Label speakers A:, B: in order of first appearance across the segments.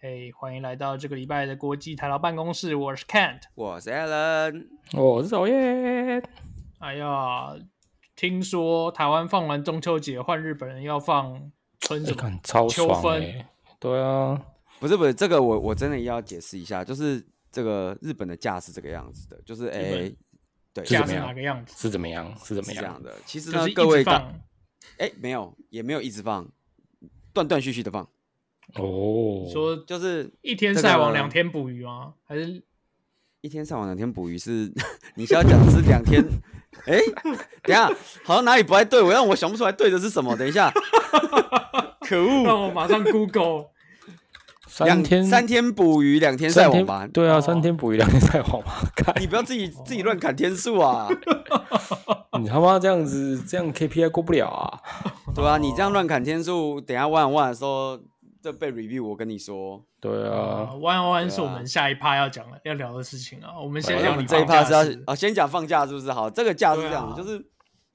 A: 嘿、欢迎来到这个礼拜的国际台劳办公室，我是 Kent。
B: 我是 Alan，
C: 哦我是讨厌，
A: 哎呀，听说台湾放完中秋节，换日本人要放春
C: 这
A: 什么？
C: 哎看超
A: 秋
C: 爽哎、
A: 分
C: 对啊，
B: 不是不是，这个我我真的要解释一下，就是这个日本的假是这个样子的，就是哎、
A: 本
B: 对，
C: 是
A: 假
C: 怎
A: 是
C: 么样
A: 哪个样子？
C: 是怎么样？是怎
B: 是
C: 么
B: 这样
C: 样？
B: 的。其实
A: 就
B: 呢，
A: 是一
B: 各位
A: 直
B: 大
A: 放，
B: 哎、没有也没有一直放，断断续续的放，
C: 哦，
A: 说
B: 就是
A: 一天
B: 这个
A: 晒网两天捕鱼吗？还是
B: 一天上网两天捕鱼是， 你是要讲的是两天？ 哎、等一下好像哪里不太对，我让我想不出来对的是什么。等一下， 可恶，
A: 让我马上 Google
C: 三天
B: 两三天捕鱼，两天晒网吧。
C: 对啊，
A: 哦
C: 三天捕鱼两天晒网吧，看
B: 你不要自己自己乱砍天数啊！
C: 你他妈这样子，这样 KPI 过不了啊！
B: 对
A: 哦
B: 啊，你这样乱砍天数，等一下万万的时候，这被 review。我跟你说，
C: 对
A: 啊
C: 啊，
A: 弯弯是
B: 对
A: 我
B: 啊
A: 们下一趴要讲的要聊的事情啊。我们先
C: 对
B: 那
A: 聊
B: 我
A: 你
B: 们这一
A: 放假
B: 趴是要
A: 时
B: 啊，先讲放假是不是？好，这个假是
A: 对啊
B: 这样，就是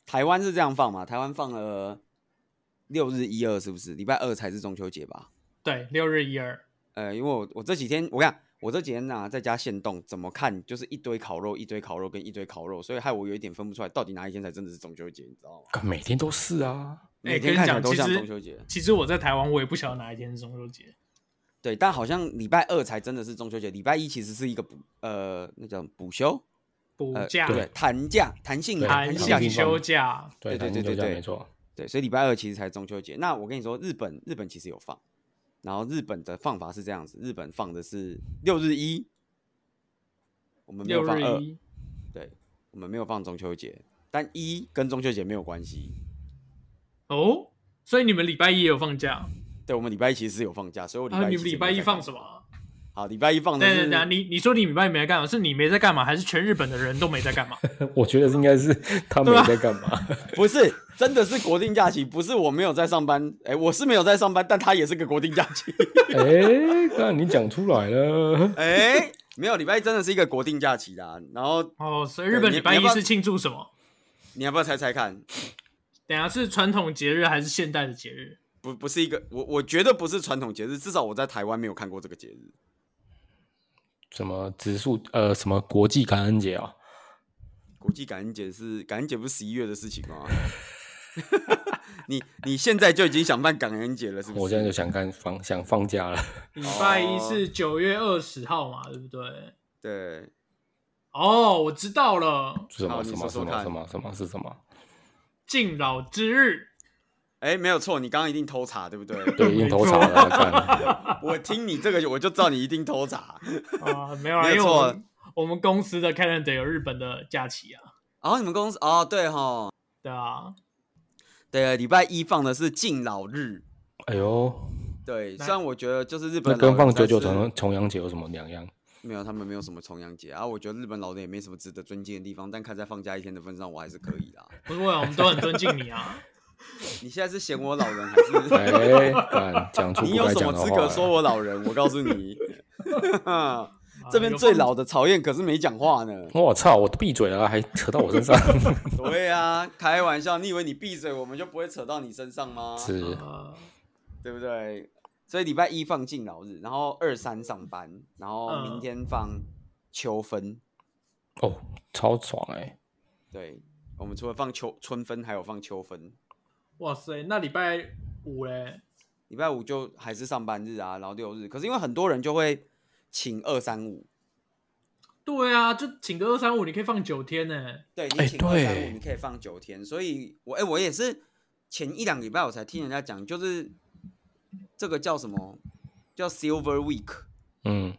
B: 台湾是这样放嘛，台湾放了六日一二，是不是？礼拜二才是中秋节吧？
A: 对六日一二，哎
B: 呃，因为我我这几天我跟你讲，我这几天呐、在家现动，怎么看就是一堆烤肉，一堆烤肉跟一堆烤肉，所以害我有一点分不出来到底哪一天才真的是中秋节，你知道吗？
C: 干每天都是啊，
A: 哎
B: 每
A: 跟
B: 天
A: 你
B: 看起来
A: 讲
B: 都
A: 其
B: 像
A: 实
B: 中秋节，呃
A: 其实我在台湾我也不晓得哪一天是中秋节。
B: 对，但好像礼拜二才真的是中秋节，礼拜一其实是一个补呃那叫什么补休，
A: 补
B: 呃
A: 假、
B: 对弹假弹性
C: 对
B: 弹
A: 弹
C: 性
B: 性假
A: 性
B: 期
C: 放
A: 休假，
C: 对
B: 对
C: 反
B: 对
C: 正就
B: 对
C: 这样
B: 对
C: 没错，
B: 对，所以礼拜二其实才中秋节。那我跟你说，日本日本其实有放，然后日本的放法是这样子，日本放的是六日一，我们没
A: 六
B: 有放
A: 日
B: 二，
A: 一
B: 对，我们没有放中秋节，但一跟中秋节没有关系。
A: 哦。所以你们礼拜一也有放假？
B: 对，我们礼拜一其实是有放假，所以我礼
A: 然
B: 拜
A: 后啊
B: 一、
A: 你们礼拜一放什
B: 么？
A: 么啊？
B: 好，礼拜一放的
A: 对
B: 是
A: 对对，你你说你礼拜一没在干嘛？是你没在干嘛，还是全日本的人都没在干 嘛？
C: 我觉得应该是他们
A: 对啊
C: 在干嘛？
B: 不是真的是国定假期？不是我没有在上班，哎、我是没有在上班，但它也是个国定假期。
C: 哎，刚才你讲出来了，
B: 哎、 没有，礼拜一真的是一个国定假期啦。然后
A: 哦，所以日本
B: 对
A: 礼
B: 你
A: 拜
B: 你要
A: 一
B: 不要
A: 是庆祝什么？
B: 你要不要猜猜看？
A: 等一下是传统节日还是现代的节日？
B: 不不是一个，我我觉得不是传统节日，至少我在台湾没有看过这个节日。
C: 什么植树呃什么国际感恩节啊？
B: 国际感恩节是感恩节，不是十一月的事情吗？ 你你现在就已经想办感恩节了，是不是？
C: 我现在就想看放想放假了，
B: 哦
A: 礼拜一是九月二十号嘛，对不对？
B: 对，
A: 哦，我知道了，
C: 什
B: 好
C: 么
B: 你
C: 什
B: 说
C: 么什
B: 说
C: 么
B: 看
C: 什么什么是什么？
A: 敬老之日。
B: 哎、没有错，你刚刚一定偷查，对不对？
C: 对，硬头查了，看
B: 我听你这个，我就知道你一定偷查。
A: 啊，没有啦，
B: 没
A: 因
B: 有
A: 为我
B: 错
A: 们我们公司的 calendar 有日本的假期啊，
B: 然后你们公司哦，对哈，
A: 对啊，
B: 对，礼拜一放的是敬老日。
C: 哎呦，
B: 对，
A: 那
B: 虽然我觉得就是日
C: 那
B: 本
C: 跟放九
B: 九
C: 九
B: 九
C: 重重阳节有什么两样？
B: 没有，他们没有什么重阳节啊。我觉得日本老人也没什么值得尊敬的地方，但看在放假一天的份上，我还是可以啦。
A: 不是为了我们都很尊敬你啊，
B: 你现在是嫌我老人还是？
C: 哎，敢讲出
B: 你
C: 不
B: 有
C: 该
B: 什么
C: 讲的话
B: 资
C: 来。
B: 格说我老人？我告诉你，
A: 啊
B: 这边最老的曹燕可是没讲话 呢。
C: 我操！我闭嘴了，还扯到我身上，
B: 对啊，开玩笑，你以为你闭嘴我们就不会扯到你身上吗？
C: 是
A: 有放呃
B: 对不对？所以礼拜一放敬老日，然后二三上班，然后
A: 嗯
B: 明天放秋分。
C: 哦，超爽哎、
B: 对，我们除了放秋春分，还有放秋分。
A: 哇塞，那礼拜五嘞，
B: 礼拜五就还是上班日啊，然后六日。可是因为很多人就会请二三五，
A: 对啊，就请个二三五，你可以放九天呢，
B: 对你
C: 哎
B: 请二三
C: 对
B: 五，你可以放九天。所以我哎、我也是前一两个礼拜我才听人家讲，就是这个叫什么叫 Silver Week，
C: 嗯，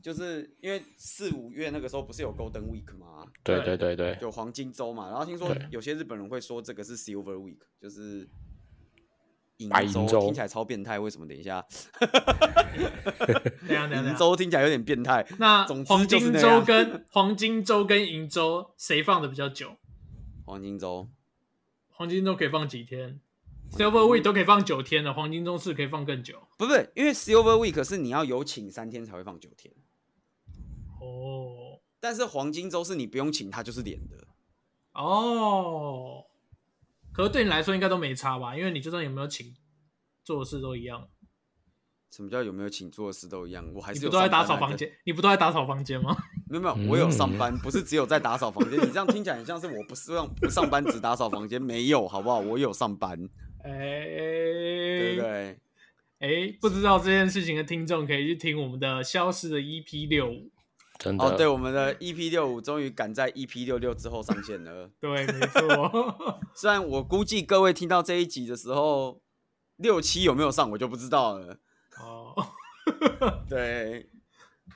B: 就是因为四五月那个时候不是有 Golden Week 吗？
C: 对
A: 对
C: 对对对，
B: 有黄金周嘛，然后听说
C: 对
B: 有些日本人会说这个是 Silver Week，就是银
C: 白银
B: 周，
C: 周
B: 听起来超变态。为什么？等一下，
A: 等一下等一下 等
B: 银
A: 一下。
B: 周听起来有点变态。
A: 啊那
B: 总之
A: 黄
B: 就是
A: 金
B: 那
A: 周
B: 样
A: 跟黄金周跟银周谁放的比较久？
B: 黄金周，
A: 黄金周可以放几天？Silver Week 都可以放九天了，黄金周是可以放更久。
B: 不不，因为 Silver Week 是你要有请三天才会放九天，
A: 哦
B: 但是黄金周是你不用请，它就是连的。
A: 哦，可是对你来说应该都没差吧？因为你就算有没有请，做的事都一样。
B: 什么叫有没有请做的事都一样，我还
A: 你
B: 是
A: 不
B: 有
A: 都在
B: 上班
A: 打扫
B: 啊
A: 房
B: 跟
A: 间？你不都在打扫房间吗？
B: 没有没有，我有上
C: 嗯
B: 班，不是只有在打扫房间。你这样听起来很像是我不是让不上班只打扫房间，没有好不好？我有上班，
A: 哎、
B: 对
A: 嗯
B: 不对？
A: 哎、不知道这件事情的听众可以去听我们的《消失的 EP 六五》。
C: 真的。
B: 哦，对，我们的 EP 六五终于赶在 EP 六六之后上线了。
A: 对，没错。
B: 虽然我估计各位听到这一集的时候，六七有没有上我就不知道了。
A: 哦，
B: 对，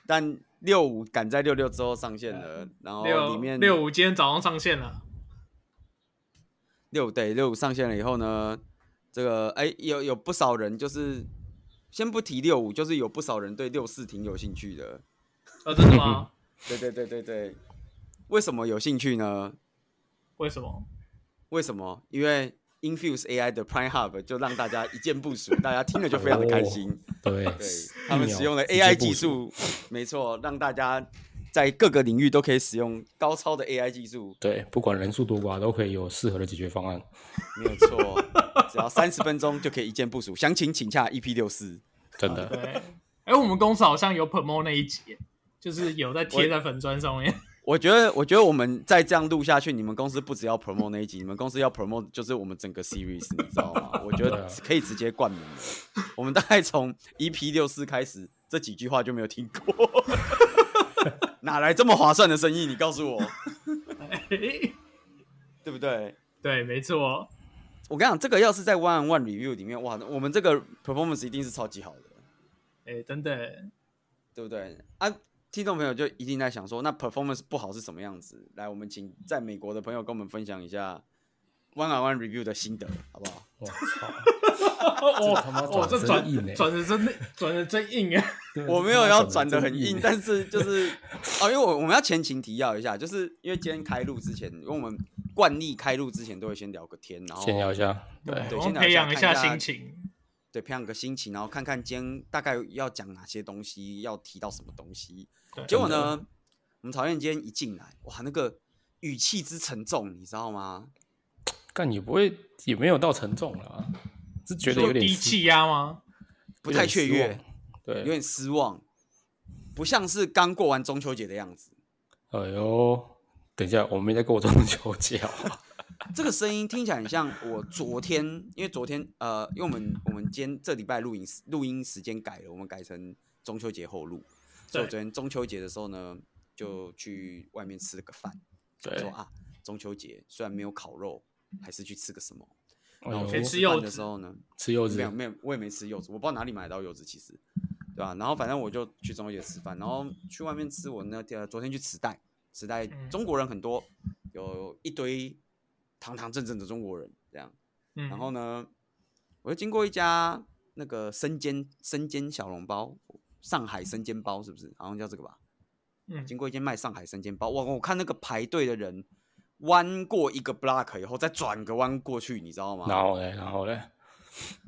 B: 但六五赶在六六之后上线了，然后
A: 六
B: 哦里面
A: 六五今天早上上线了。
B: 六对六上线了以后呢，这个哎、有有不少人就是先不提六五，就是有不少人对六四挺有兴趣的。
A: 哦，真的吗？
B: 对对对对对，为什么有兴趣呢？
A: 为什么？
B: 为什么？因为 Infuse AI 的 Prime Hub 就让大家一键部署，大家听了就非常的开心。
C: 对
B: 对，他们使用了
C: 哦一秒
B: AI
C: 直接部
B: 技
C: 署
B: 术，没错，让大家在各个领域都可以使用高超的 AI 技术。
C: 对，不管人数多寡，都可以有适合的解决方案。
B: 没有错，只要三十分钟就可以一键部署。详情请洽 EP 六四。
C: 真
B: 啊
A: 对，
C: 的，
A: 哎、我们公司好像有 promo 那一集，就是有在贴在粉砖上面。
B: 我觉得，我觉得我们再这样录下去，你们公司不只要 promo 那一集，你们公司要 promo 就是我们整个 series，你知道吗？我觉
C: 对
B: 得
C: 啊
B: 可以直接冠名了。我们大概从 EP 六四开始，这几句话就没有听过，哪来这么划算的生意？你告诉我，
A: 嘿
B: 对不对？
A: 对，没错。
B: 我跟你讲，这个要是在 One on One Review 里面，哇，我们这个 performance 一定是超级好的，
A: 哎、等等，
B: 对不对？啊，听众朋友就一定在想说，那 performance 不好是什么样子？来，我们请在美国的朋友跟我们分享一下 One on One Review 的心得，好不好？
C: 我操！
A: 哦
C: 他妈
A: 哦，这
C: 转
A: 转
C: 得真硬欸
A: 转的真转的真硬哎。
C: 嗯
B: 我没有要转的
C: 得
B: 很硬，但是就是， 哦，因为我我们要前情提要一下，就是因为今天开录之前，因为我们惯例开录之前都会先聊个天，然后
C: 先聊一下，对，
B: 对
A: 我
B: 先
A: 们
B: 聊
A: 培
B: 一下
A: 养一
B: 看一下
A: 心情。
B: 对培养个心情，然后看看今天大概要讲哪些东西，要提到什么东西。
A: 对
B: 结果呢，我们曹燕今天一进来，哇，那个语气之沉重，你知道吗？
C: 但也不会，也没有到沉重啦，是觉得有
A: 说
C: 点
A: 低
C: 失
A: 气压吗？
B: 不太雀跃，
C: 有
B: 有
C: 点失望。对，
B: 点失望，不像是刚过完中秋节的样子。
C: 哎呦，等一下，我没在过中秋节哦，
B: 这个声音听起来很像我昨天， 因为昨天呃，因为我们我们今天这礼拜录影时录音时间改了，我们改成中秋节后录，所以我
A: 对
B: 昨天中秋节的时候呢，就去外面吃了个饭，就
C: 对
B: 说啊，中秋节虽然没有烤肉，还是去吃个什么。
C: 哎
B: 然后
C: 呦
A: 可以吃
B: 吃饭
A: 柚
B: 的
A: 子
B: 时候呢，
C: 吃柚
B: 没
C: 子
B: 有，没有，我也没吃柚子，我不知道哪里买到柚子，其实，对吧、然后反正我就去中秋节吃饭，然后去外面吃我那天昨天去池袋，池袋
A: 嗯
B: 中国人很多，有一堆堂堂正正的中国人这样。
A: 嗯，
B: 然后呢，我就经过一家那个生煎生煎小笼包，上海生煎包是不是？好像叫这个吧。
A: 嗯，
B: 经过一间卖上海生煎包，哇！我看那个排队的人弯过一个 block 以后，再转个弯过去，你知道吗？
C: 然后嘞，然后嘞，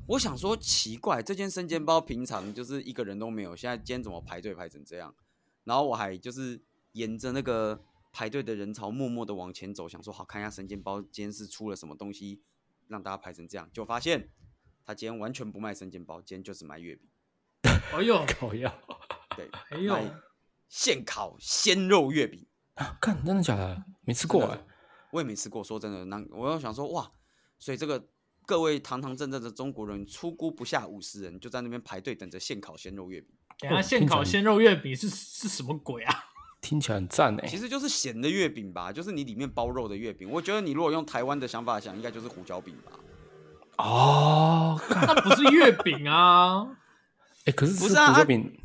B: 我想说奇怪，这间生煎包平常就是一个人都没有，现在今天怎么排队排成这样？然后我还就是沿着那个排队的人潮默默的往前走，想说好看一下生煎包今天是出了什么东西让大家排成这样，就发现他今天完全不卖生煎包，今天就只卖月饼，
A: 哎呦，
C: 烤鸭，
B: 对，
A: 哎呦，
B: 卖现烤鲜肉月饼，
C: 看啊真的假的？没吃过
B: 真的
C: 哎，
B: 我也没吃过，说真的，那我又想说哇，所以这个。各位堂堂正正的中国人，出估不下五十人，就在那边排队等着现烤鲜肉月饼。
A: 等一
C: 哦
A: 下现烤鲜肉月饼是是什么鬼 啊？
C: 听起来很赞哎
B: 其。实就是咸的月饼吧，就是你里面包肉的月饼。我觉得你如果用台湾的想法想，应该就是胡椒饼吧？
C: 哦，看
A: 那不是月饼 啊！
C: 哎，可是
B: 不
C: 吃
B: 是啊
C: 胡椒
B: 啊
C: 饼，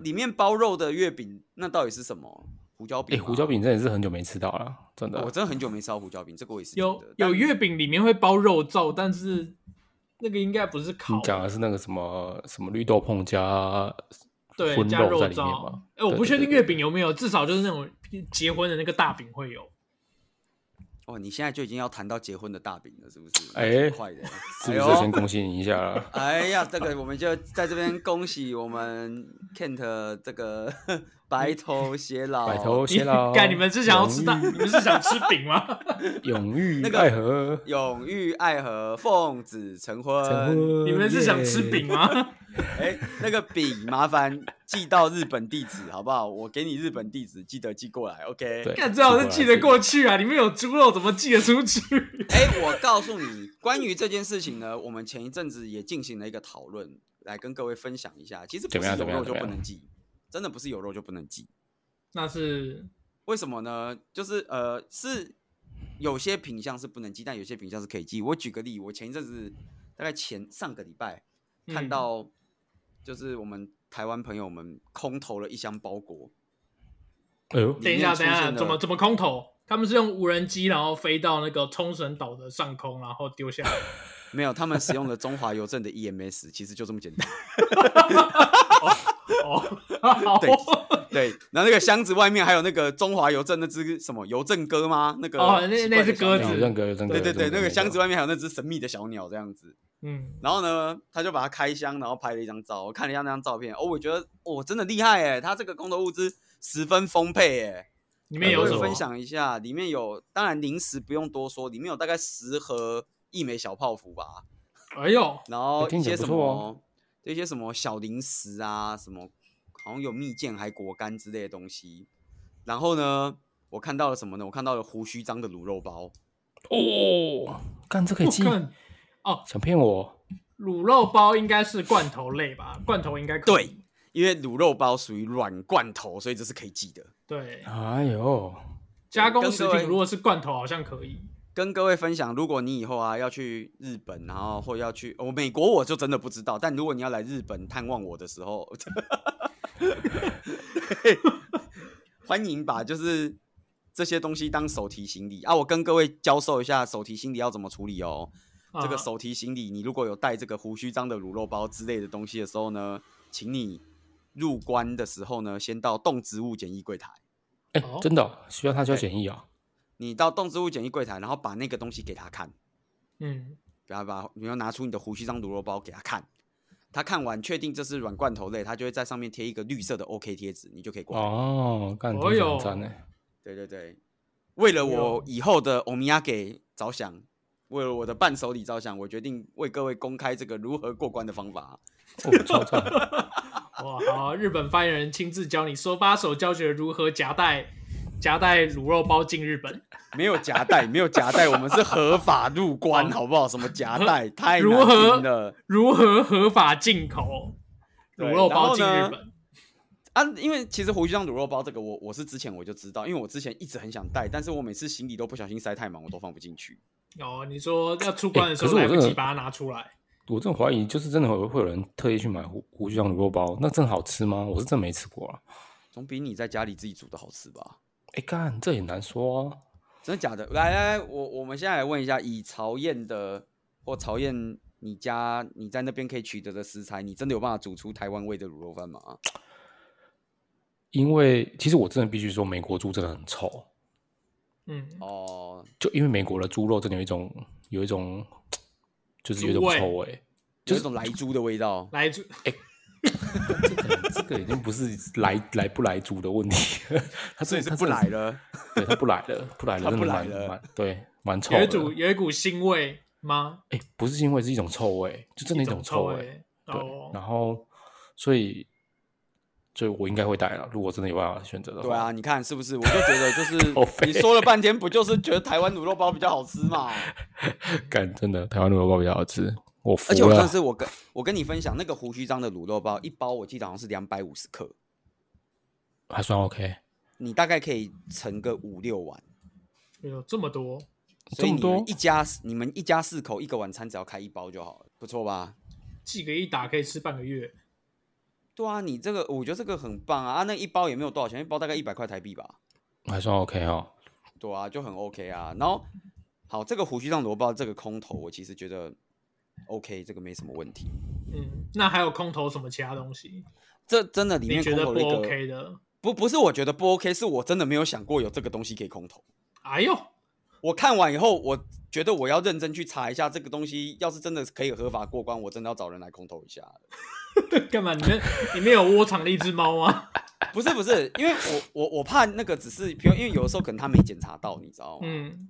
B: 里面包肉的月饼，那到底是什么？胡椒饼？哦
C: 哎，胡椒、饼真的是很久没吃到了，真的
B: 我。真的很久没吃到胡椒饼，这个我也是觉
A: 有
B: 得
A: 有
B: 但
A: 月饼里面会包肉燥，但是那个应该不是烤
C: 你，讲的是那个什么什么绿豆碰加
A: 对，
C: 荤
A: 加
C: 肉
A: 肉
C: 在里面
A: 燥
C: 吗？。
A: 哎，我不
C: 对
A: 确定
C: 对对
A: 月饼有没有，至少就是那种结婚的那个大饼会有。
B: 哦，你现在就已经要谈到结婚的大饼了，是不是？
C: 哎
B: 快的，
C: 是
B: 哎
C: 不是
B: 呦
C: 先恭喜你一下 啦？
B: 哎呀，这个我们就在这边恭喜我们 Kent 这个 白头偕老，
C: 白头
A: 你
C: 偕 老，
A: 干，你们是想要吃大，
C: 大
A: 你们是想吃饼 吗？
C: 永浴
B: 那个
C: 爱河，
B: 永浴爱河，奉子成婚。
C: 成婚
A: 你们是想吃饼？吗？
B: 哎、那个饼麻烦寄到日本地址好不好？我给你日本地址，记得寄过来，OK？
C: 对
A: 看，这好是寄得过去啊！里面有猪肉，怎么寄得出去？
B: 哎、我告诉你，关于这件事情呢，我们前一阵子也进行了一个讨论，来跟各位分享一下。其实不
C: 怎么
B: 是有
C: 样怎么样
B: 肉就
C: 怎么
B: 不
C: 样
B: 能寄，真的不是有肉就不能寄。
A: 那是
B: 为什么呢？就是呃，是有些品相是不能寄，但有些品相是可以寄。我举个例，我前一阵子大概前上个礼拜看
A: 嗯
B: 到，就是我们台湾朋友们空投了一箱包裹，
C: 哎呦，
A: 等一下，
B: 里面出
A: 等一下，
B: 现了
A: 怎么怎么空投？他们是用无人机，然后飞到那个冲绳岛的上空，然后丢下来。
B: 没有，他们使用了中华邮政的 EMS，其实就这么简单。
A: 哦， 好
B: 对对，然后那个箱子外面还有那个中华邮政那只什么邮政鸽吗？那个
A: 哦那
B: 奇怪的
A: 那只鸽
B: 小鸟
A: 子
C: 有认哥，有认哥，
B: 对对对，
C: 有认哥
B: 那个箱子外面还有那只神秘的小鸟这样子。
A: 嗯，
B: 然后呢，他就把它开箱，然后拍了一张照。我看了一下那张照片，哦，我觉得哦，真的厉害哎，他这个空投物资十分丰沛哎。
A: 里面有
B: 我
A: 什
B: 有
A: 么？
B: 分享一下，里面有当然零食不用多说，里面有大概十盒一枚小泡芙吧，
A: 哎呦，
B: 然后一
C: 听起
B: 些
C: 来
B: 什
C: 不错哦
B: 么，一些什么小零食啊，什么好像有蜜饯还果干之类的东西。然后呢，我看到了什么呢？我看到了胡须章的卤肉包。
C: 哦，干这可以
A: 我
C: 寄，
A: 看哦，
C: 想骗我？
A: 卤肉包应该是罐头类吧？罐头应该可以
B: 对，因为卤肉包属于软罐头，所以这是可以寄的。
A: 对，
C: 哎呦，
A: 加工食
B: 跟各位
A: 品如果是罐头，好像可以。
B: 跟各位分享，如果你以后啊要去日本，然后或要去哦美国，我就真的不知道。但如果你要来日本探望我的时候， 欢迎把就是这些东西当手提行李啊！我跟各位教授一下手提行李要怎么处理哦。
A: 啊
B: 这个手提行李，你如果有带这个胡须章的卤肉包之类的东西的时候呢，请你入关的时候呢，先到动植物检疫柜台。
C: 哎
A: 哦，
C: 真的哦需要他交检疫啊？
B: 你到动植物检疫柜台，然后把那个东西给他看。
A: 嗯，
B: 然后把你要拿出你的胡须章卤肉包给他看，他看完确定这是软罐头类，他就会在上面贴一个绿色的 OK 贴纸，你就可以过来。
C: 哦，干，
A: 哦
C: 听起来
A: 哟
C: 很赞欸呢。
B: 对对对，为了我
A: 哟
B: 以后的欧米亚给着想，为了我的伴手礼着想，我决定为各位公开这个如何过关的方法。
C: 哦，不错，赞。
A: 哇，好，日本发言人亲自教你手把手教学如何夹带夹带卤肉包进日本，
B: 没有夹带，没有夹带，我们是合法入关，好不好？什么夹带，太
A: 哦如
B: 难
A: 何
B: 听了
A: 如何合法进口
B: 对
A: 卤肉包进
B: 然
A: 日
B: 后呢
A: 本。
B: 啊！因为其实胡须章卤肉包这个我，我是之前我就知道，因为我之前一直很想带，但是我每次行李都不小心塞太满，我都放不进去。
A: 哦，你说要出关的时
C: 欸
A: 候
C: 可是
A: 来不
C: 我真的
A: 及把它拿出来，
C: 我真的怀疑，就是真的会会有人特意去买胡胡须章卤肉包，那真的好吃吗？我是真的没吃过啊。
B: 总比你在家里自己煮的好吃吧？
C: 哎，干，这也难说啊。
B: 真的假的？来来，来我我们现在来问一下，以曹燕的或曹燕你家你在那边可以取得的食材，你真的有办法煮出台湾味的卤肉饭吗？
C: 因为其实我真的必须说，美国猪真的很臭，
A: 嗯，
B: 哦，
C: 就因为美国的猪肉真的有一种有一种，就是有一
A: 猪
C: 种
A: 味
C: 臭味。
B: 就是种来猪的味道。
A: 来自
C: 这个嗯这个已经不是来来不来猪的问题，他
B: 所
C: 真
B: 以是
C: 的
B: 不
C: 他真的
B: 来了，
C: 对他不来了，不来了，
B: 他
C: 真
B: 不
C: 的
B: 来
C: 蛮
B: 了
C: 蛮对，蛮臭
A: 有一
C: 的。
A: 股有一股腥味吗？
C: 哎、不是腥味，是一种臭味，就真的
A: 一
C: 一种
A: 臭
C: 味。对，
A: 哦，
C: 然后所以所以我应该会带了，如果真的有办法选择的话。
B: 对啊，，你看是不是？我就觉得就
C: 靠
B: 是
C: 北
B: 你说了半天，不就是觉得台湾卤肉包比较好吃 嘛？
C: 干真的台湾卤肉包比较好吃，我服
B: 而且我啊
C: 了
B: 上。次我跟我跟你分享那个胡须章的卤肉包，一包我记得好像是两百五十克，
C: 还算 OK，
B: 你大概可以盛个五六碗。
A: 有这么多，
B: 所
C: 这
B: 以
C: 么
B: 你们
C: 多
B: 一家四你们一家四口一个晚餐只要开一包就好了，不错吧？
A: 寄个一打可以吃半个月。
B: 对啊，你这个我觉得这个很棒啊！啊，那一包也没有多少钱，一包大概一百块台币吧。
C: 还算 OK 哦。
B: 对啊，就很 OK 啊。然后好，这个胡须章萝卜这个空投，我其实觉得 OK，这个没什么问题。
A: 嗯，那还有空投什么其他东西？
B: 这真的里
A: 你
B: 面
A: 觉
B: 空
A: 得
B: 投
A: 不
B: 了一个
A: OK 的？
B: 不不是我觉得不 OK，是我真的没有想过有这个东西可以空投。
A: 哎呦，
B: 我看完以后，我觉得我要认真去查一下这个东西，要是真的可以合法过关，我真的要找人来空投一下了。
A: 干嘛？里面里面有窝藏了一只猫吗？
B: 不是不是，因为我我我怕那个只是，比如因为有的时候可能他没检查到，你知道吗？
A: 嗯，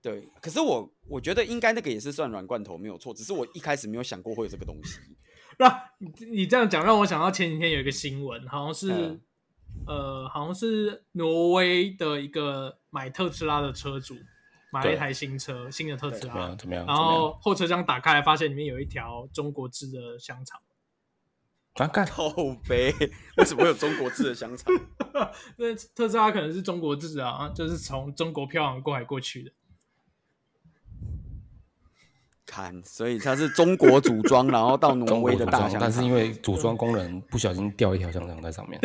B: 对。可是我我觉得应该那个也是算软罐头没有错，只是我一开始没有想过会有这个东西。
A: 让你你这样讲让我想到前几天有一个新闻，好像是、
B: 嗯
A: 呃，好像是挪威的一个买特斯拉的车主买了一
C: 对
A: 台新车，新的特斯
C: 怎
B: 啊
C: 么
A: 拉
C: 样？，怎么样？
A: 然
C: 怎么样
A: 后后车厢打开来，发现里面有一条中国制的香肠。
C: 啊，干
B: 靠背，为什么会有中国制的香肠？
A: 那特斯拉可能是中国制啊，就是从中国漂洋过海过去的。
B: 看，所以它是中国组装，然后到挪
C: 中国
B: 威
C: 组
B: 的大
C: 装，
B: 香肠。
C: 但是因为组装工人不小心掉一条香肠在上面，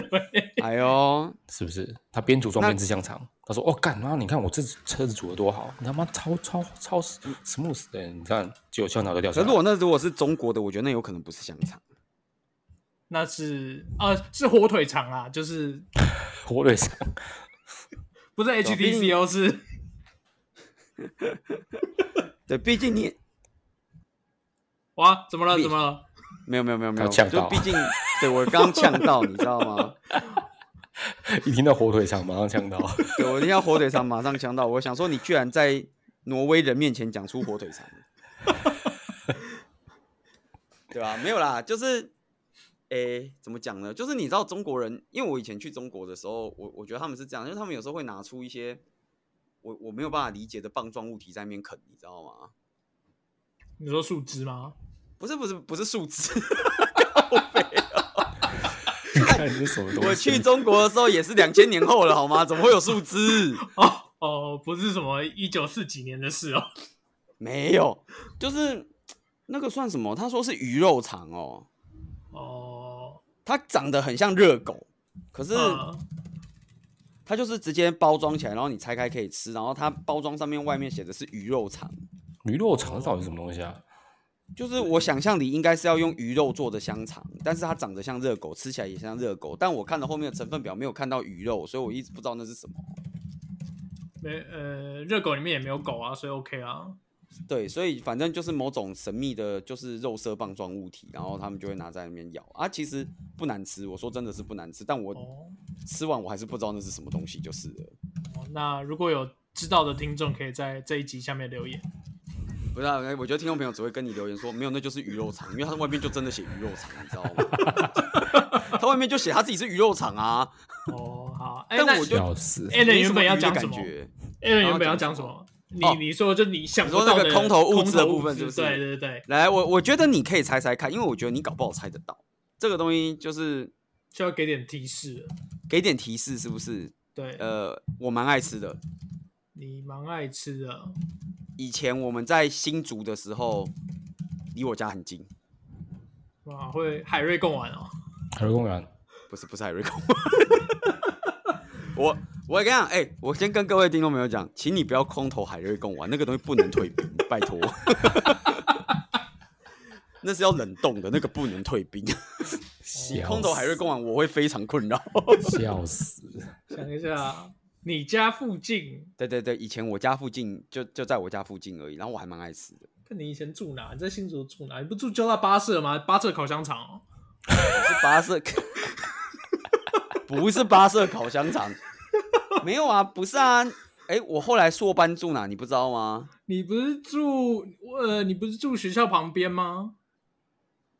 B: 哎呦，
C: 是不是？他边组装
B: 那
C: 边吃香肠，他说：“哦，干妈，你看我这车子煮的多好，你他妈超超超 smooth 的，你看，结果香肠都掉下
B: 可是
C: 来。
B: 我那如果是中国的，我觉得那有可能不是香肠。
A: 那是啊、是火腿肠啊，就是
C: 火腿肠，
A: 不是
B: 毕竟
A: HTC 哦，是
B: 对，毕竟你
A: 哇，怎么了？
B: 毕
A: 怎么了？
B: 没有没有没有没有，
C: 他呛
B: 就
C: 到
B: 毕竟对我刚呛到，你知道吗？
C: 一听到火腿肠马上呛到。
B: 对我一定要火腿肠马上呛到。我想说，你居然在挪威人面前讲出火腿肠，对吧、没有啦，就是，诶、怎么讲呢？就是你知道中国人，因为我以前去中国的时候，我我觉得他们是这样，因为他们有时候会拿出一些我我没有办法理解的棒状物体在那边啃，你知道吗？
A: 你说树枝吗？
B: 不是不是不是树枝，
C: 你看这什么东西？
B: 我去中国的时候也是两千年后了，好吗？怎么会有树枝？
A: 哦哦，不是什么一九四几年的事哦。
B: 没有，就是那个算什么？他说是鱼肉肠哦。
A: 哦，
B: 它长得很像热狗，可是
A: 嗯
B: 它就是直接包装起来，然后你拆开可以吃，然后它包装上面外面写的是鱼肉肠，
C: 驴肉肠到底是什么东西啊？
B: 就是我想象里应该是要用鱼肉做的香肠，但是它长得像热狗，吃起来也像热狗，但我看了后面的成分表没有看到鱼肉，所以我一直不知道那是什么。
A: 没呃，热狗里面也没有狗啊，所以 OK 啊。
B: 对，所以反正就是某种神秘的，就是肉色棒状物体，然后他们就会拿在那边咬啊，其实不难吃，我说真的是不难吃，但我
A: 哦，
B: 吃完我还是不知道那是什么东西，就是了。
A: 哦那如果有知道的听众，可以在这一集下面留言。
B: 不是、啊，我觉得听众朋友只会跟你留言说没有，那就是鱼肉肠，因为他外面就真的写鱼肉肠，你知道吗？ 他外面就写他自己是鱼肉肠啊。
A: 哦，好，哎，
B: 但
A: 那
B: 我就
C: 笑死！
A: a l a
B: 没
A: n 原
B: 什
A: 本
B: 么
A: 要
B: 鱼的
A: 讲什
B: 感
A: 么
B: 觉，
A: ？Alan
B: 然后
A: 原本要
B: 讲
A: 讲
B: 什
A: 什
B: 么
A: 么？你
B: 哦
A: 你说就你想
B: 你
A: 不
B: 说那
A: 到
B: 个
A: 的
B: 空投物
A: 空
B: 质的
A: 投
B: 部分是不是
A: 对对对，
B: 来，我我觉得你可以猜猜看，因为我觉得你搞不好猜得到这个东西，就是
A: 需要给点提示了。
B: 给点提示，是不是？
A: 对，
B: 呃，我蛮爱吃的。
A: 你蛮爱吃的，
B: 以前我们在新竹的时候，离我家很近，
A: 哇，会海瑞贡丸哦。
C: 海瑞公园
B: 不是不是海瑞公。 我我跟你讲，哎、我先跟各位听众朋友讲，请你不要空投海瑞贡丸，那个东西不能退冰，拜托。 那是要冷冻的，那个不能退冰。你
C: 笑
B: 空投海瑞贡丸，我会非常困扰。
C: 笑死！
A: 想一下，你家附近，
B: 对对对，以前我家附近就就在我家附近而已，然后我还蛮爱吃的，
A: 看你以前住哪？你在新竹住哪？你不住交大巴社吗？巴社烤香肠哦。
B: 是巴色， 不是巴色烤香肠，没有啊，不是啊。哎、我后来硕班住哪，你不知道吗？
A: 你不是住呃，你不是住学校旁边吗？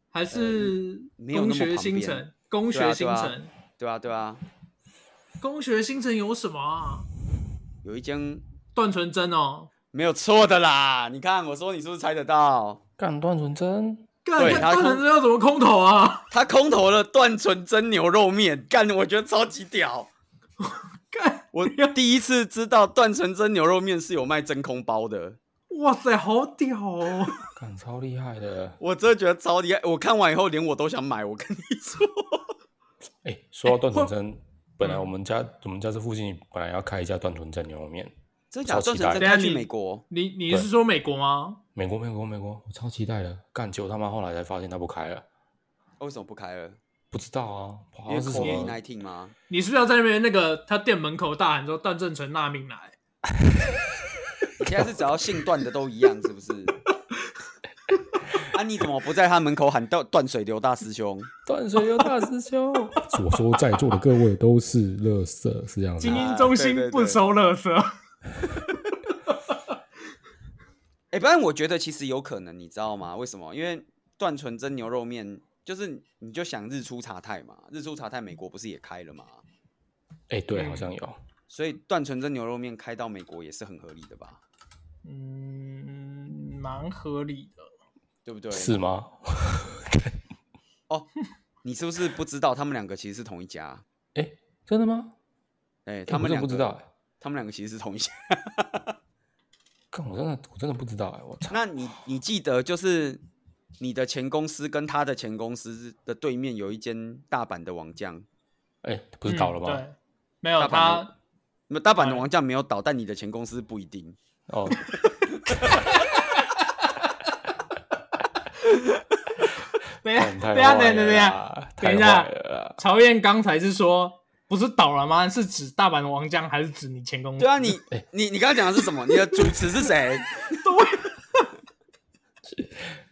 A: 还是
B: 呃没有那
A: 工
B: 么
A: 学新
B: 旁
A: 城？工学新
B: 对啊
A: 城，
B: 对啊，对啊，
A: 工学新城有什么啊？
B: 有一间
A: 段纯真哦，
B: 没有错的啦！你看，我说你是不是猜得到？
C: 干段纯真，
A: 干
B: 对
A: 干
B: 他
A: 段纯真要怎么空投啊？
B: 他空投了段纯真牛肉面，干，我觉得超级屌。
A: 干，
B: 我第一次知道段纯真牛肉面是有卖真空包的，
A: 哇塞，好屌哦！
C: 干超厉害的。
B: 我真的觉得超厉害。我看完以后，连我都想买。我跟你说，
C: 哎，说到段纯真， 本来
A: 嗯
C: 我们家我们家这附近本来要开一家段纯真牛肉面，
B: 真的假的？
C: 超
B: 段
C: 期
B: 纯
C: 待
B: 真
A: 等一下
B: 他去
A: 你
B: 美国，
A: 你你是说美国吗？
C: 美国美国美国，我超期待的。干，结果他妈后来才发现他不开了，
B: 哦为什么不开了？不
C: 不知道啊，
B: 因
C: 好
B: 为
C: 像是什
B: COVID
C: 么
B: nineteen 吗？
A: 你是不是要在那边那个他店门口大喊说段正淳纳命来？
B: 你现在是只要姓段的都一样，是不 是？啊，你怎么不在他门口喊断断水流大师兄？
C: 断水流大师 兄。我说在座的各位都是乐色，是这样子
A: 精
C: 啊吗。
A: 英中
B: 啊对对对
A: 心不收垃圾。
B: 哎、不然我觉得其实有可能，你知道吗？为什么？因为段纯真牛肉面就是你就想日出茶太嘛，日出茶太美国不是也开了嘛？
C: 哎、对，
A: 嗯
C: 好像有。
B: 所以段纯真牛肉面开到美国也是很合理的吧？
A: 嗯，蛮合理的。
B: 对不对？
C: 是吗？
B: 哦，你是不是不知道他们两个其实是同一家？
C: 哎、真的吗？
B: 哎、
C: 哎
B: 他
C: 我
B: 们
C: 真的
B: 两
C: 不
B: 个
C: 知道、哎，
B: 他们两个其实是同一家。
C: 看我真的我真的不知道哎、我操！
B: 那你你记得就是你的前公司跟他的前公司的对面有一间大阪的王酱，
C: 哎、不是倒了
A: 嗯
C: 吗？
A: 对，没有
B: 大阪
A: 他
B: 的那大阪的王酱没有倒，但你的前公司不一定。
C: 哦，
A: 等一下，
C: 干太
A: 等一下，等一下，等
C: 坏
A: 一
C: 了
A: 下。
C: 啦，
A: 等一
C: 太
A: 下
C: 坏了啦
A: 曹燕刚才是说不是倒了吗？是指大阪王将还是指你前公司？
B: 对啊，你
C: 哎
B: 你你刚刚讲的是什么？你的主持是谁？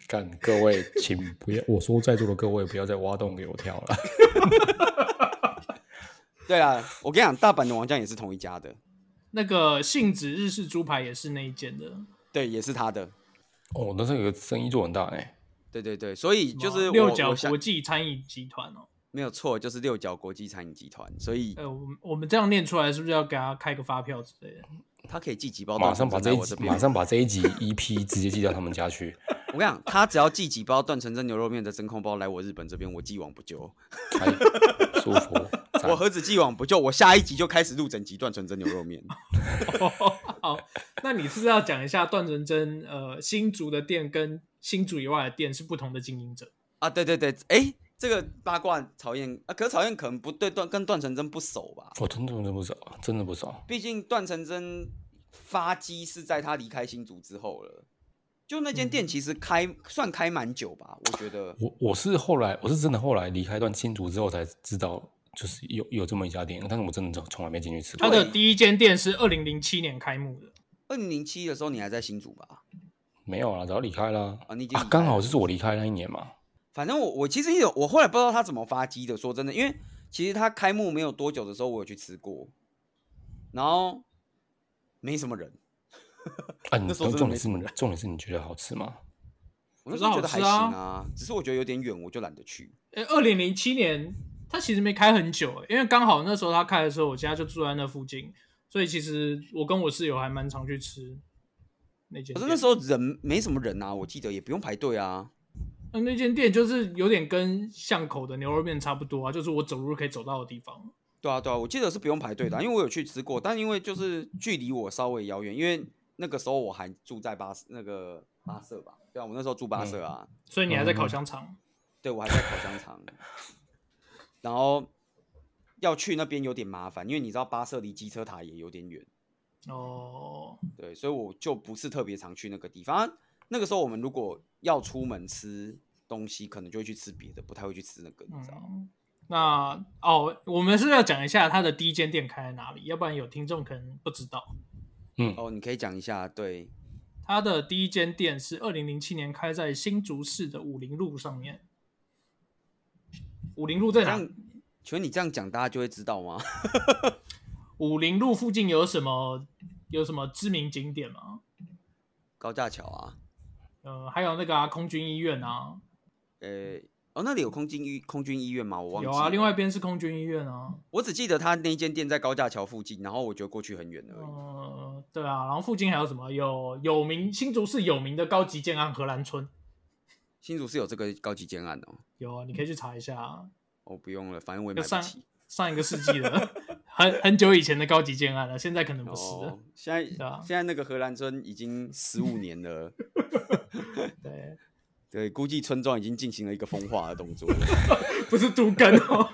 C: 干各位，请不要，我说在座的各位不要再挖洞给我跳了。
B: 对啊，我跟你讲，大阪的王酱也是同一家的，
A: 那个信子日式猪排也是那一间的，
B: 对，也是他的。
C: 哦，那时候有个生意做很大哎、
B: 对对对，所以就是
A: 什么
B: 我
A: 六角
B: 我想
A: 国际餐饮集团哦。
B: 没有错，就是六角国际餐饮集团，所以
A: 呃，我们我们这样念出来，是不是要给他开个发票之类的？
B: 他可以寄
A: 哦
B: 几包
C: 马
B: 断层
C: 上把
B: 针
C: 这
B: 来
C: 一
B: 我
C: 集
B: 这，边。
C: 马上把这一集 EP 直接寄到他们家去。
B: 我跟你讲，他只要寄几包断层蒸牛肉面的真空包来我日本这边，我既往不咎。
C: 哎，舒服。赞
B: 我何止既往不咎，我下一集就开始录整集断层蒸牛肉面。
A: 好，那你是不是要讲一下段纯真呃新竹的店跟新竹以外的店是不同的经营者？
B: 啊，对对对，哎，这个八卦曹燕啊，可是曹燕可能不对段跟段成真不熟吧？
C: 我哦真的真的不少，真的不少。
B: 毕竟段成真发迹是在他离开新竹之后了。就那间店其实开、算开蛮久吧，我觉得。
C: 我我是后来，我是真的后来离开段新竹之后才知道，就是有有这么一家店，但是我真的从从来没进去吃
A: 他
C: 过。
A: 的第一间店是二零零七年开幕的，
B: 二零零七的时候你还在新竹吧？
C: 没有啦，早离开啦。
B: 啊，你已经离
C: 啊
B: 开，
C: 刚
B: 了
C: 好就是我离开那一年嘛。
B: 反正我我其实也有，我后来不知道他怎么发迹的。说真的，因为其实他开幕没有多久的时候，我有去吃过，然后没什么人，
C: 啊，你
B: 那时候真
C: 重
B: 的
C: 重
B: 没
C: 点是
B: 什么
C: 你
B: 人
C: 重点是你觉得好吃吗？
B: 我那
A: 可是
B: 时候
A: 好
B: 觉得还
A: 吃
B: 行
A: 啊
B: 啊，只是我觉得有点远，我就懒得去。
A: 呃，二零零七年他其实没开很久、欸因为刚好那时候他开的时候，我家就住在那附近，所以其实我跟我室友还蛮常去吃那间店。
B: 可是那时候人没什么人啊，我记得也不用排队啊。
A: 那那间店就是有点跟巷口的牛肉面差不多啊，就是我走路可以走到的地方。
B: 对啊，对啊，我记得是不用排队的啊、因为我有去吃过，但因为就是距离我稍微遥远，因为那个时候我还住在巴士那个巴舍吧，对啊，我那时候住巴舍啊，
A: 所以你还在烤香肠？
B: 对我还在烤香肠，然后要去那边有点麻烦，因为你知道巴舍离机车塔也有点远，
A: 哦，
B: 对，所以我就不是特别常去那个地方。啊那个时候我们如果要出门吃东西，可能就会去吃别的，不太会去吃那个，你知道吗？
A: 嗯，那哦，我们是要讲一下他的第一间店开在哪里，要不然有听众可能不知道。
C: 嗯，
B: 哦，你可以讲一下，对，
A: 他的第一间店是二零零七年开在新竹市的武林路上面。武林路在
B: 这
A: 哪
B: 样？，请问你这样讲，大家就会知道吗？
A: 武林路附近有什么有什么知名景点吗？
B: 高架桥啊，
A: 呃，还有那个啊，空军医院啊，
B: 呃、哦，那里有空军医空军医院吗？我忘记
A: 有啊，
B: 了
A: 另外一边是空军医院啊。
B: 我只记得他那间店在高架桥附近，然后我觉得过去很远而已。
A: 呃，对啊，然后附近还有什么？有有名新竹市有名的高级建案荷兰村，
B: 新竹是有这个高级建案哦。
A: 有啊，你可以去查一下啊。
B: 哦，不用了，反正我也
A: 就
B: 买
A: 上
B: 不起。
A: 上一个世纪的， 很很久以前的高级建案了，现在可能不是了。
B: 哦，现在
A: 对啊
B: 现在那个荷兰村已经十五年了，
A: 对，
B: 对，估计村庄已经进行了一个风化的动作了。
A: 不是都根哦。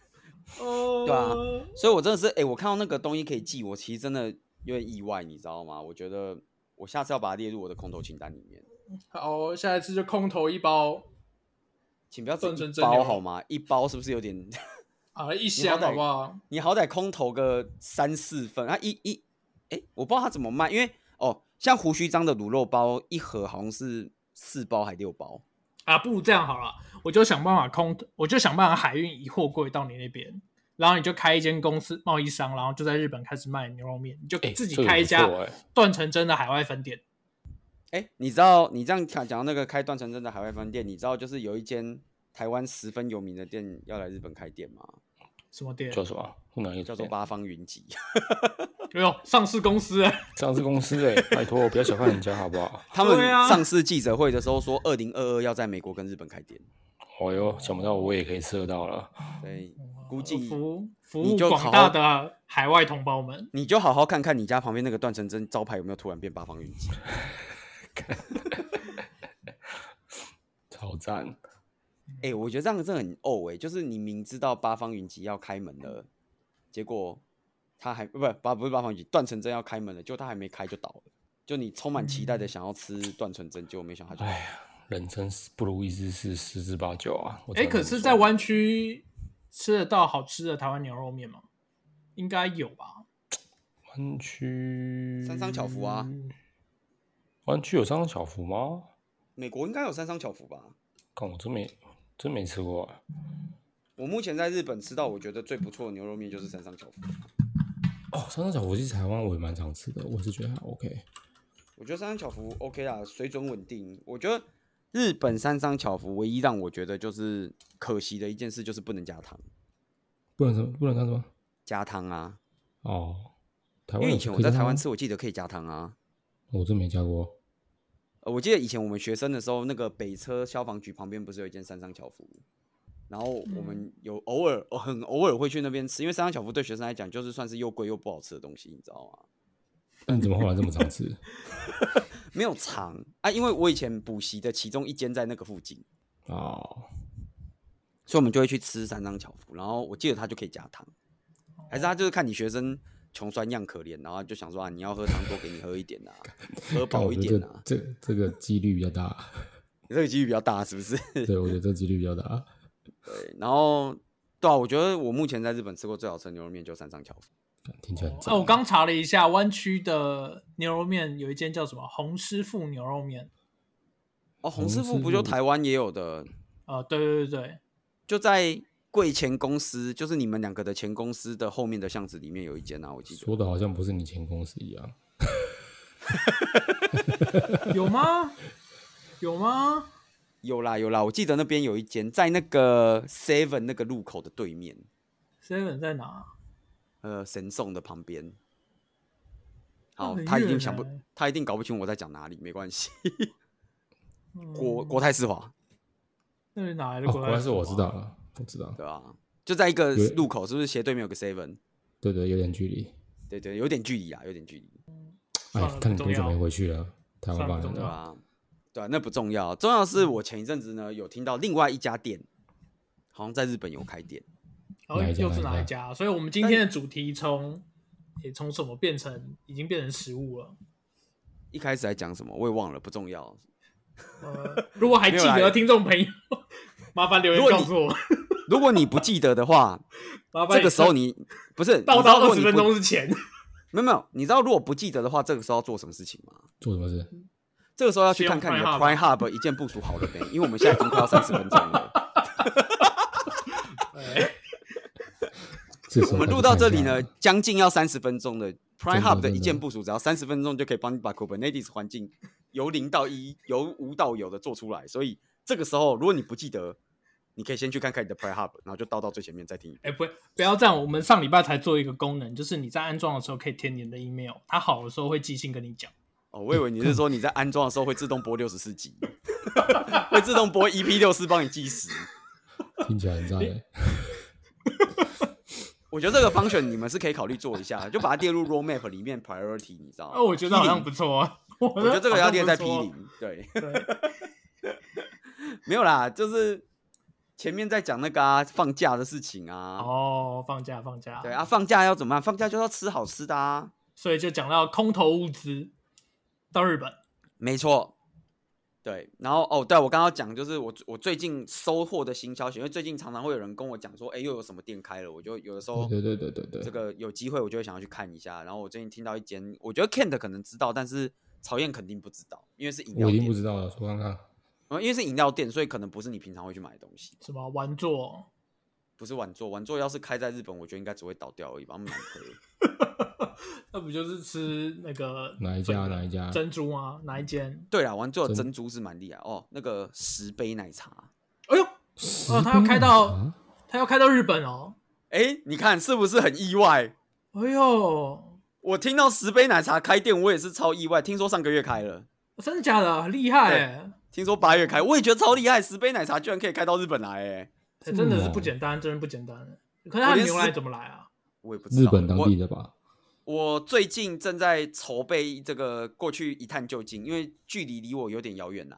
A: 哦
B: 对啊，所以，我真的是，哎、我看到那个东西可以寄，我其实真的有点意外，你知道吗？我觉得我下次要把它列入我的空头清单里面，
A: 好，下一次就空投一包
B: 请不要只
A: 顿顿
B: 一
A: 真牛
B: 包好吗？一包是不是有点？
A: 啊，一箱
B: 你好歹
A: 好不好？
B: 你好歹空投个三四份，啊一一，哎、我不知道它怎么卖，因为哦，像胡须章的卤肉包一盒好像是四包还六包，
A: 啊，不如这样好了，我就想办法空，我就想办法海运一货柜到你那边，然后你就开一间公司贸易商，然后就在日本开始卖牛肉面，你就
C: 哎、
A: 自己
C: 这个
A: 开一
C: 不
A: 家
C: 错哎
A: 断成真的海外分店。
B: 哎、你知道你这样讲讲到那个开断层真的海外分店，你知道就是有一间台湾十分有名的店要来日本开店吗？
A: 什么店？
C: 叫什么？哪一个
B: 叫做
C: 店？
B: 八方 云集，
A: 哎呦，上市公司哎、
C: 上市公司哎、拜托，不要小看人家好不好？
B: 他们
A: 对啊
B: 上市记者会的时候说，二零二二要在美国跟日本开店，
C: 哦哟，想不到我也可以吃得到了。
B: 所以 估计
A: 服服
B: 你
A: 务
B: 就
A: 广
B: 好
A: 大
B: 好
A: 的海外同胞们，
B: 你就好好看看你家旁边那个段成真招牌有没有突然变八方云集。
C: 超赞！
B: 哎、我觉得这样真的很呕哎、就是你明知道八方云集要开门了，结果他还不不八不是八方云集，段成真要开门了，就他还没开就倒了。就你充满期待的想要吃段成真，结果没想到他就
C: 嗯哎呀，人生是不如意之事十之八九啊。我只
A: 哎、
C: 能
A: 可
C: 这么
A: 是，
C: 说
A: 在湾区吃得到好吃的台湾牛肉面吗？应该有吧。
C: 湾区
B: 三商巧福啊，
A: 嗯
C: 湾区有三商巧福吗？
B: 美国应该有三商巧福吧？
C: 看我真没真没吃过、啊。
B: 我目前在日本吃到我觉得最不错的牛肉面就是三商巧福，
C: 哦，三商巧福其实台湾我也蛮常吃的，我是觉得还 OK。
B: 我觉得三商巧福 OK 啦，水准稳定。我觉得日本三商巧福唯一让我觉得就是可惜的一件事就是不能加糖，
C: 不能什么？不能干什么？
B: 加汤啊，
C: 哦，台
B: 因
C: 湾
B: 为
C: 有
B: 以前我
C: 可以
B: 在
C: 加
B: 台湾
C: 吗
B: 吃，我记得可以加汤啊。
C: 我真没加过。
B: 呃，我记得以前我们学生的时候，那个北车消防局旁边不是有一间三商巧福，然后我们有偶尔、哦很偶尔会去那边吃，因为三商巧福对学生来讲就是算是又贵又不好吃的东西，你知道吗？
C: 那你怎么后来这么常吃？
B: 没有尝啊，因为我以前补习的其中一间在那个附近，
C: 哦，
B: 所以我们就会去吃三商巧福，然后我记得它就可以加糖，还是他就是看你学生穷酸样可怜，然后就想说啊，你要喝糖多给你喝一 点啊，喝
C: 但
B: 饱
C: 我
B: 一
C: 觉
B: 点
C: 得
B: 啊，
C: 这这这个几率比较大。
B: 你这个几率比较大是不是？
C: 对，我觉得这几率比较大。
B: 对，然后对啊，我觉得我目前在日本吃过最好吃的牛肉面就三商巧福。
C: 听起来很赞
A: 啊，我刚查了一下，湾区的牛肉面有一间叫什么洪师傅牛肉面，
B: 哦，
C: 洪
B: 洪师
C: 师
B: 傅不就
C: 傅
B: 台湾也有的，
A: 呃，对对对对，
B: 就在贵前公司，就是你们两个的前公司的后面的巷子里面有一间啊，我记得。
C: 说的好像不是你前公司一样。
A: 有吗？有吗？
B: 有啦有啦，我记得那边有一间，在那个 Seven 那个路口的对面，
A: seven 在哪？
B: 呃，神送的旁边。
A: 那
C: 哦
B: 好，
A: 很
B: 哦他一定
A: 远
B: 想不
A: 欸，
B: 他一定搞不清我在讲哪里，没关系。
A: 嗯
B: 国国泰世华，
A: 那是哪来的
C: 哦，
A: 国
C: 果
A: 泰？
C: 然是我知道了，我知道。
B: 对吧、就在一个
C: 对
B: 路口，是不是斜对面有个 Seven？
C: 对对，有点距离。
B: 对对，有点距离啊，有点距离。
A: 算
C: 哎
A: 了，
C: 看你
A: 不
C: 多久
A: 重要
C: 没回去了？台湾
A: 算了
C: 吧
A: 不，重
B: 对
A: 要
B: 啊，对啊，那不重要，重要的是我前一阵子呢有听到另外一家店，好像在日本有开店，
A: 然后
C: 哪一家
A: 哦又是
C: 哪一
A: 哪一
C: 家
A: 家？所以我们今天的主题从也从什么变成已经变成食物了。
B: 一开始在讲什么我也忘了，不重要。
A: 呃，如果还记
B: 没有
A: 得
B: 啦
A: 听众朋友， 麻烦留言
B: 如果
A: 告
B: 你
A: 诉我。
B: 如果你不记得的话，
A: 麻烦
B: 这
A: 你
B: 个时候你不是
A: 倒到二十，
B: 你
A: 分
B: 知道如
A: 钟
B: 果你
A: 之前，
B: 不没有没有，你知道如果不记得的话，这个时候要做什么事情吗？
C: 做什么事？
B: 这个时候要去看看你的
A: 先用
B: Prime Hub 一键部署好了没，因为我们现在已经快要三十分钟了。
A: 哎
C: 这时候
B: 我们
C: 再去
B: 录到
C: 看一
B: 这里
C: 下
B: 呢，将近要三十分钟的 Prime
C: 真的
B: Hub 的
C: 真的
B: 一键部署，只要三十分钟就可以帮你把 Kubernetes 环境 由零到一、由无到有的做出来。所以这个时候，如果你不记得，你可以先去看看你的 Prime Hub，然后就倒到最前面再听一遍。
A: 哎，不不要这样，我们上礼拜才做一个功能，就是你在安装的时候可以填你的 email，它好的时候会寄信跟你讲。
B: 哦，我以为你是说你在安装的时候会自动播六十四集， 会自动播 EP 六四帮你计时。
C: 听起来很赞欸。
B: 我觉得这个 function 你们是可以考虑做一下，就把它列入 roadmap 里面 priority，你知道吗？
A: 哦，我觉得好像不错啊，我
B: 我觉得这个要列在 P
A: 好像
B: 零，对。
A: 不错。对
B: 没有啦，就是前面在讲那个啊，放假的事情啊。
A: 哦，放假放假，
B: 对啊，，放假要怎么样？放假就要吃好吃的啊。
A: 所以就讲到空投物资到日本，
B: 没错。对，然后哦，对我刚刚讲就是我我最近收获的新消息，因为最近常常会有人跟我讲说，哎，又有什么店开了，我就有的时候
C: 对对对对对
B: 这个
C: 对，
B: 有机会我就会想要去看一下。然后我最近听到一间，我觉得 Kent 可能知道，但是曹燕肯定不知道，因为是饮料
C: 我已经不
B: 店，
C: 知道了，说看看。
B: 呃因为是饮料店，所以可能不是你平常会去买的东西。
A: 什么玩座，
B: 不是晚座，晚座要是开在日本，我觉得应该只会倒掉而已吧，他们难喝。
A: 那不就是吃那个
C: 哪一家？哪一家？
A: 珍珠吗？哪一间？
B: 对啦，玩做的
C: 珍
B: 珍珠是蛮厉害哦，那个十杯奶茶，
A: 哎呦，
C: 十
A: 哦，他要开到
C: 啊
A: 他要开到日本哦。
B: 哎，你看是不是很意外？
A: 哎呦，
B: 我听到十杯奶茶开店，我也是超意外。听说上个月开了，
A: 真的假的？很厉害
B: 对
A: 哎、
B: 听说八月开，我也觉得超厉害。十杯奶茶居然可以开到日本来，哎，
A: 哎真的
D: 这么
A: 是不
D: 猛
A: 简单，真的不简单欸。可是他的牛奶怎么来啊？
B: 我也不知道。
D: 日本当地的吧？
B: 我，我最近正在筹备这个过去一探究竟，因为距离离我有点遥远呐、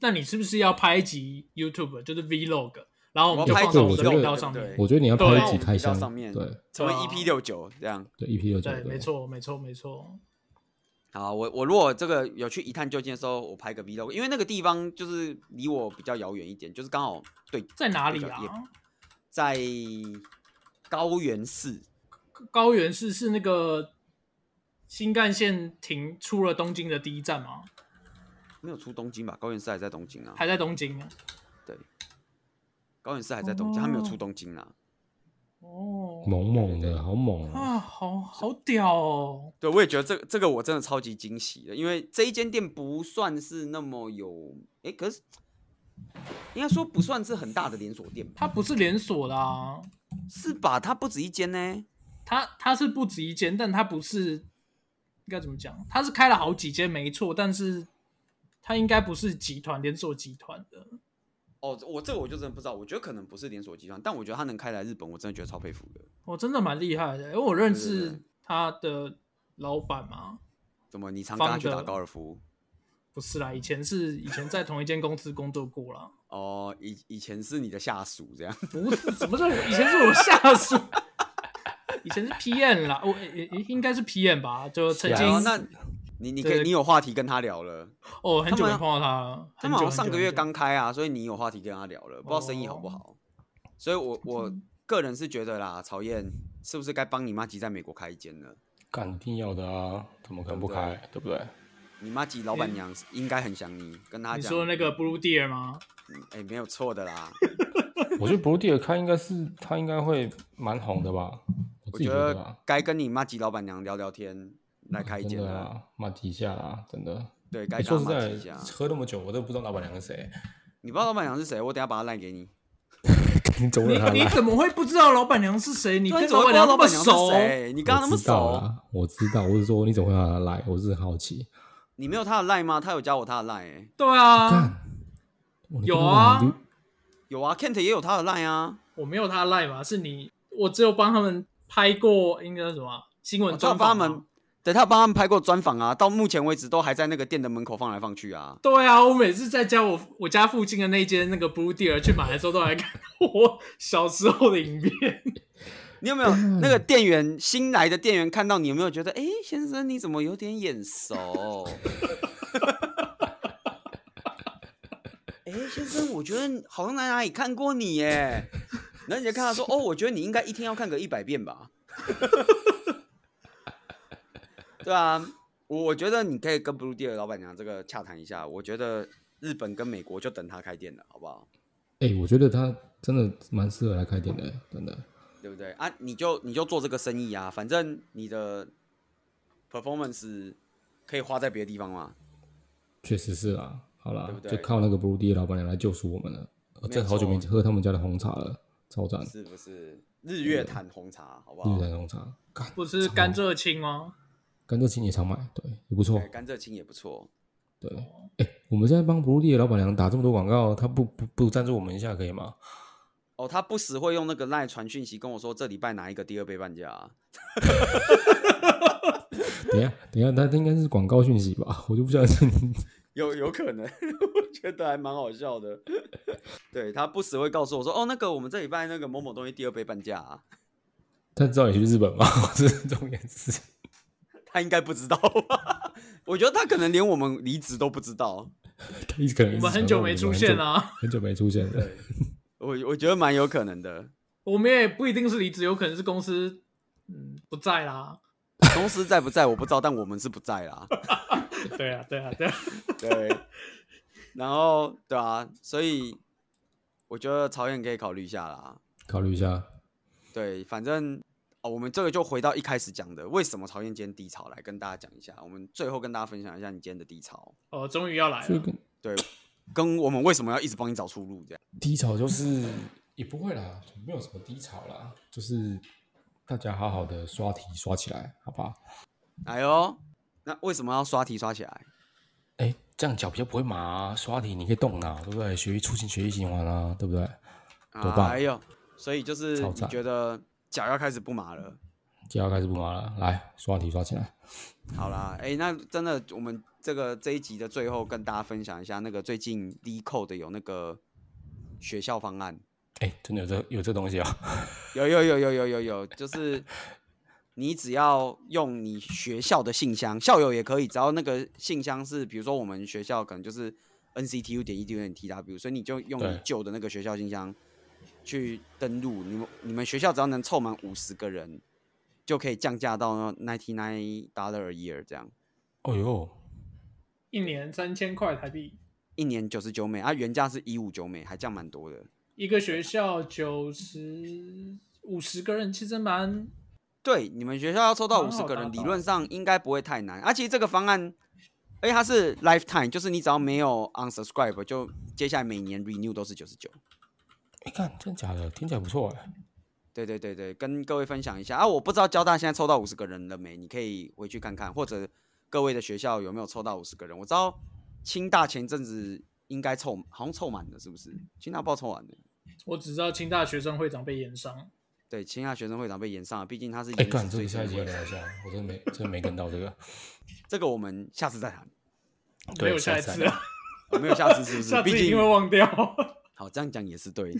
A: 那你是不是要拍一集 YouTube，就是 Vlog，然后我们就
B: 我要拍
A: 放到
D: 一集
A: 我的
D: vlog，
A: 频道
B: 对
A: 上
B: 不对
A: 面？
D: 我觉得你要拍一集
B: 对
D: 开箱
B: 比较上面，
D: 对
B: 成
A: 对
B: 为
A: 啊
B: EP 六九这样。
D: 对，EP
C: ，E
D: 六九
A: 对，没，错，没错，没错。
B: 好，我我如果这个有去一探究竟的时候，我拍个 vlog，因为那个地方就是离我比较遥远一点，就是刚好对，
A: 在哪里
B: 对
A: 啊？
B: 在高原市，
A: 高原市是那个新干线停出了东京的第一站吗？
B: 没有出东京吧？高原市还在东京啊，
A: 还在东京啊？
B: 高原市还在东京，他没有出
A: 哦
B: 东京啊。
A: 哦，
D: 猛猛的，好猛啊！
A: 啊，好好屌哦！
B: 对，我也觉得这个这个我真的超级惊喜的，因为这一间店不算是那么有，哎，可是应该说不算是很大的连锁店吧？
A: 它不是连锁的啊，
B: 是吧？它不止一间呢。
A: 它它是不止一间，但它不是应该怎么讲？它是开了好几间没错，但是它应该不是集团连锁集团的。
B: 哦，我这个我就真的不知道，我觉得可能不是连锁集团，但我觉得它能开来日本，我真的觉得超佩服的。
A: 我、哦真的蛮厉害的，因为我认
B: 对对
A: 识
B: 对
A: 他的老板嘛，
B: 怎么你常跟他去
A: 方
B: 打
A: 的
B: 高尔夫？
A: 不是啦，以前是以前在同一间公司工作过啦。
B: 哦，以以前是你的下属这样，
A: 不是，什么是我？以前是我下属，以前是 PM 啦，我、诶诶应该是 PM 吧，就曾经
B: 然后那你你可以
A: 啊对
B: 你有话题跟他聊了。
A: 哦，很久
B: 他
A: 没
B: 们
A: 碰到他了，
B: 他
A: 很
B: 们
A: 久很久
B: 好像上个月
A: 很久
B: 刚开啊，所以你有话题跟他聊了，不知道生意好不好。所以我我
A: 嗯
B: 个人是觉得啦，曹燕是不是该帮你妈吉在美国开一间了？
C: 干一定要的啊，怎么可能不开？对不 对？
B: 你妈吉老板娘应该很想你，跟她
A: 嗯你
B: 讲。
A: 说那个 Blue Deer 吗？
B: 嗯，哎、没有错的 啦。
C: 我觉得博蒂尔开应该是他应该会蛮红的吧，我
B: 我
C: 自己
B: 觉
C: 觉得啊
B: 得，该跟你妈吉老板娘聊聊天，来开一
C: 真
B: 间
C: 的
B: 了。
C: 啊，骂几下啦，真的。
B: 对，该
C: 欸
B: 跟
C: 说
B: 她
C: 实
B: 骂吉一
C: 在
B: 下，。
C: 喝那么久，我都不知道老板娘是谁，
B: 你不知道老板娘是谁，我等一下把她赖给你。
C: 你走了他
A: 你你
C: 来。
A: 怎么会不知道老板娘是谁？你
B: 对啊
A: 跟
B: 怎么
A: 板
B: 会不知
A: 娘
B: 道
A: 那
B: 老
A: 么
B: 板娘
A: 熟
B: 是，谁？你跟她那么
D: 我知道
A: 啊
B: 熟，
D: 啦，我知道，我是说你怎么会让他来？我是很好奇。
B: 你没有她的赖吗？她有加我她的赖、欸，
A: 对啊，
D: 干，哇你
A: 有
D: 跟老板
A: 啊
B: 有啊，Kent 也有她的赖啊。
A: 我没有他赖嘛，是你，我只有帮他们拍过应该是什么啊新闻
B: 我知
A: 专
B: 道哦帮他
A: 访啊嘛
B: 们，对他有帮他们拍过专访啊，到目前为止都还在那个店的门口放来放去啊。
A: 对啊，我每次在家我我家附近的那间那个 Blue Deer 去买的时候，都来看我小时候的影片。
B: 你有没有那个店员新来的店员看到你有没有觉得，哎、先生你怎么有点眼熟？哎、先生，我觉得好像在哪里看过你耶。然后你就看他说，哦，我觉得你应该一天要看个一百遍吧。 对啊，我我觉得你可以跟 Blue Deer 老板娘这个洽谈一下。我觉得日本跟美国就等他开店了，好不好？
D: 哎、我觉得他真的蛮适合来开店的，真的。
B: 对不对啊？你就你就做这个生意啊，反正你的 performance 可以花在别的地方嘛。
D: 确实是啊，好啦，
B: 对不对
D: 就靠那个布鲁迪的老板娘来救赎我们了。我
B: 没有
D: 真的好久没
B: 错啊
D: 喝他们家的红茶了，超
C: 嗯
D: 赞，日
B: 是不是？日月潭红茶，好不好？
D: 本红茶，干
A: 不是甘蔗青吗？
D: 甘蔗青也常买，对，也不错
B: 哎，甘蔗青也不错。
D: 对。哎、我们现在帮布鲁迪的老板娘打这么多广告，她不不不赞助我们一下可以吗？
B: 哦，他不时会用那个赖传讯息跟我说，这礼拜哪一个第二杯半价啊、
D: 等一下，等一下，她她应该是广告讯息吧？我就不相信。
B: 有有可能， 我觉得还蛮好笑的。 对他不时会告诉我说，哦，那个我们这礼拜那个某某东西第二杯半价、啊，
D: 她知道你去日本吗？ 这是重点是，
B: 他应该不知道吧？ 我觉得他可能连我们离职都不知道。
D: 她一直可能一
A: 我
D: 直
A: 们很
D: 想
A: 久
D: 到
A: 没
D: 我
A: 出现了、
D: 很久
A: 啊，
D: 很久没出现了。
B: 对，我我觉得蛮有可能的。
A: 我们也不一定是离职，有可能是公司嗯不在啦。
B: 公司在不在我不知道，但我们是不在啦。
A: 对啊，对啊，对啊，
B: 对，然后对啊，所以我觉得曹燕可以考虑一下啦。
D: 考虑一下，
B: 对，反正哦，我们这个就回到一开始讲的，为什么曹燕今天低潮，来跟大家讲一下。我们最后跟大家分享一下你今天的低潮。
A: 哦，终于要来
D: 所以
A: 了。
D: 跟
B: 对，跟我们为什么要一直帮你找出路这样。
C: 低潮就是也不会啦，没有什么低潮啦，就是大家好好的刷题刷起来，好不好？
B: 哎呦，那为什么要刷题刷起来？
C: 哎，这样脚比较不会麻啊、刷题你可以动脑，对不对？学习促进学习循环啊，对不对？多棒
B: 哎呦，所以就是
C: 超
B: 你
C: 赞
B: 觉得脚要开始不麻了。
C: 就要开始不麻了，来刷题刷起来。
B: 好啦，哎、那真的，我们这个这一集的最后跟大家分享一下，那个最近 D 扣的有那个学校方案，
C: 哎，真的有这有这东西啊、
B: 有有有有有有有，就是你只要用你学校的信箱，校友也可以，只要那个信箱是，比如说我们学校可能就是 NCTU 点 edu 点 TW，所以你就用你
C: 对
B: 旧的那个学校信箱去登录，你们你们学校只要能凑满五十个人，就可以降价到 ninety nine dollar a year 这样。
C: 哦哟，
A: 一年三千块台币，
B: 一年九十九美，啊，原价是一五九美，还降蛮多的。
A: 一个学校九十五十个人，其实蛮
B: 对，你们学校要抽到五
A: 蛮
B: 十
A: 好啊
B: 个
A: 达
B: 人，理
A: 到
B: 论上应该不会太难。而且这个方案，而且它是 lifetime，就是你只要没有 unsubscribe，就接下来每年 renew 都是九十九。
C: 哎，看真的假的，听起来不错哎。
B: 对对对对，跟各位分享一下啊！我不知道交大现在抽到五十个人了没，你可以回去看看，或者各位的学校有没有抽到五十个人。我知道清大前阵子应该凑，好像凑满了，是不是？清大报抽完了。
A: 我只知道清大学生会长被延伤，
B: 对，清大学生会长被延上了，毕竟他是
C: 哎，
B: 延
C: 干
B: 迟
C: 这
B: 最
C: 个下
B: 深
C: 一集
B: 的
C: 要
B: 位置
C: 聊一下，我真的没真的没跟到 这个。
B: 这个我们下次再谈。
A: 没
C: 对
A: 有下一
C: 下
A: 次
C: 次
A: 了，
B: 哦没有下次是不是？
A: 下次
B: 毕
A: 一
B: 竟
A: 定会忘掉。
B: 好，这样讲也是对。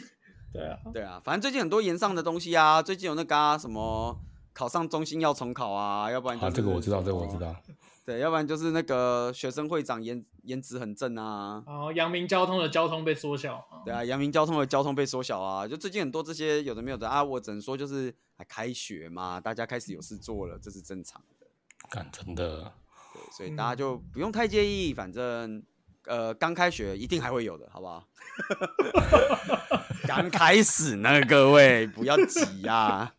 A: 对 啊，
B: 对啊，反正最近很多延上的东西啊，最近有那个、啊、什么考上中心要重考啊，要不然就
C: 好，
B: 是
C: 这个我知道，
B: 什
C: 这个我
B: 么
C: 知。 道。
B: 对，要不然就是那个学生会长颜颜值很正啊，
A: 然后阳明交通的交通被缩小，
B: 对啊，阳明交通的交通被缩小啊，就最近很多这些有的没有的啊，我只能说就是还开学嘛，大家开始有事做了，这是正常的。
C: 干真的，
B: 对，所以大家就不用太介意，反正呃刚开学一定还会有的，好不好？ 刚开始呢，各位不要急呀、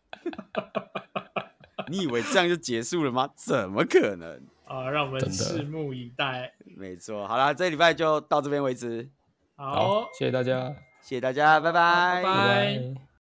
B: 你以为这样就结束了吗？怎么可能？
A: 啊，让我们
C: 真的
A: 拭目以待。
B: 没错，好啦，这礼拜就到这边为止，
A: 好
C: 好，，谢谢大家，
B: 谢谢大家，拜
A: 拜
B: 拜
C: 拜拜。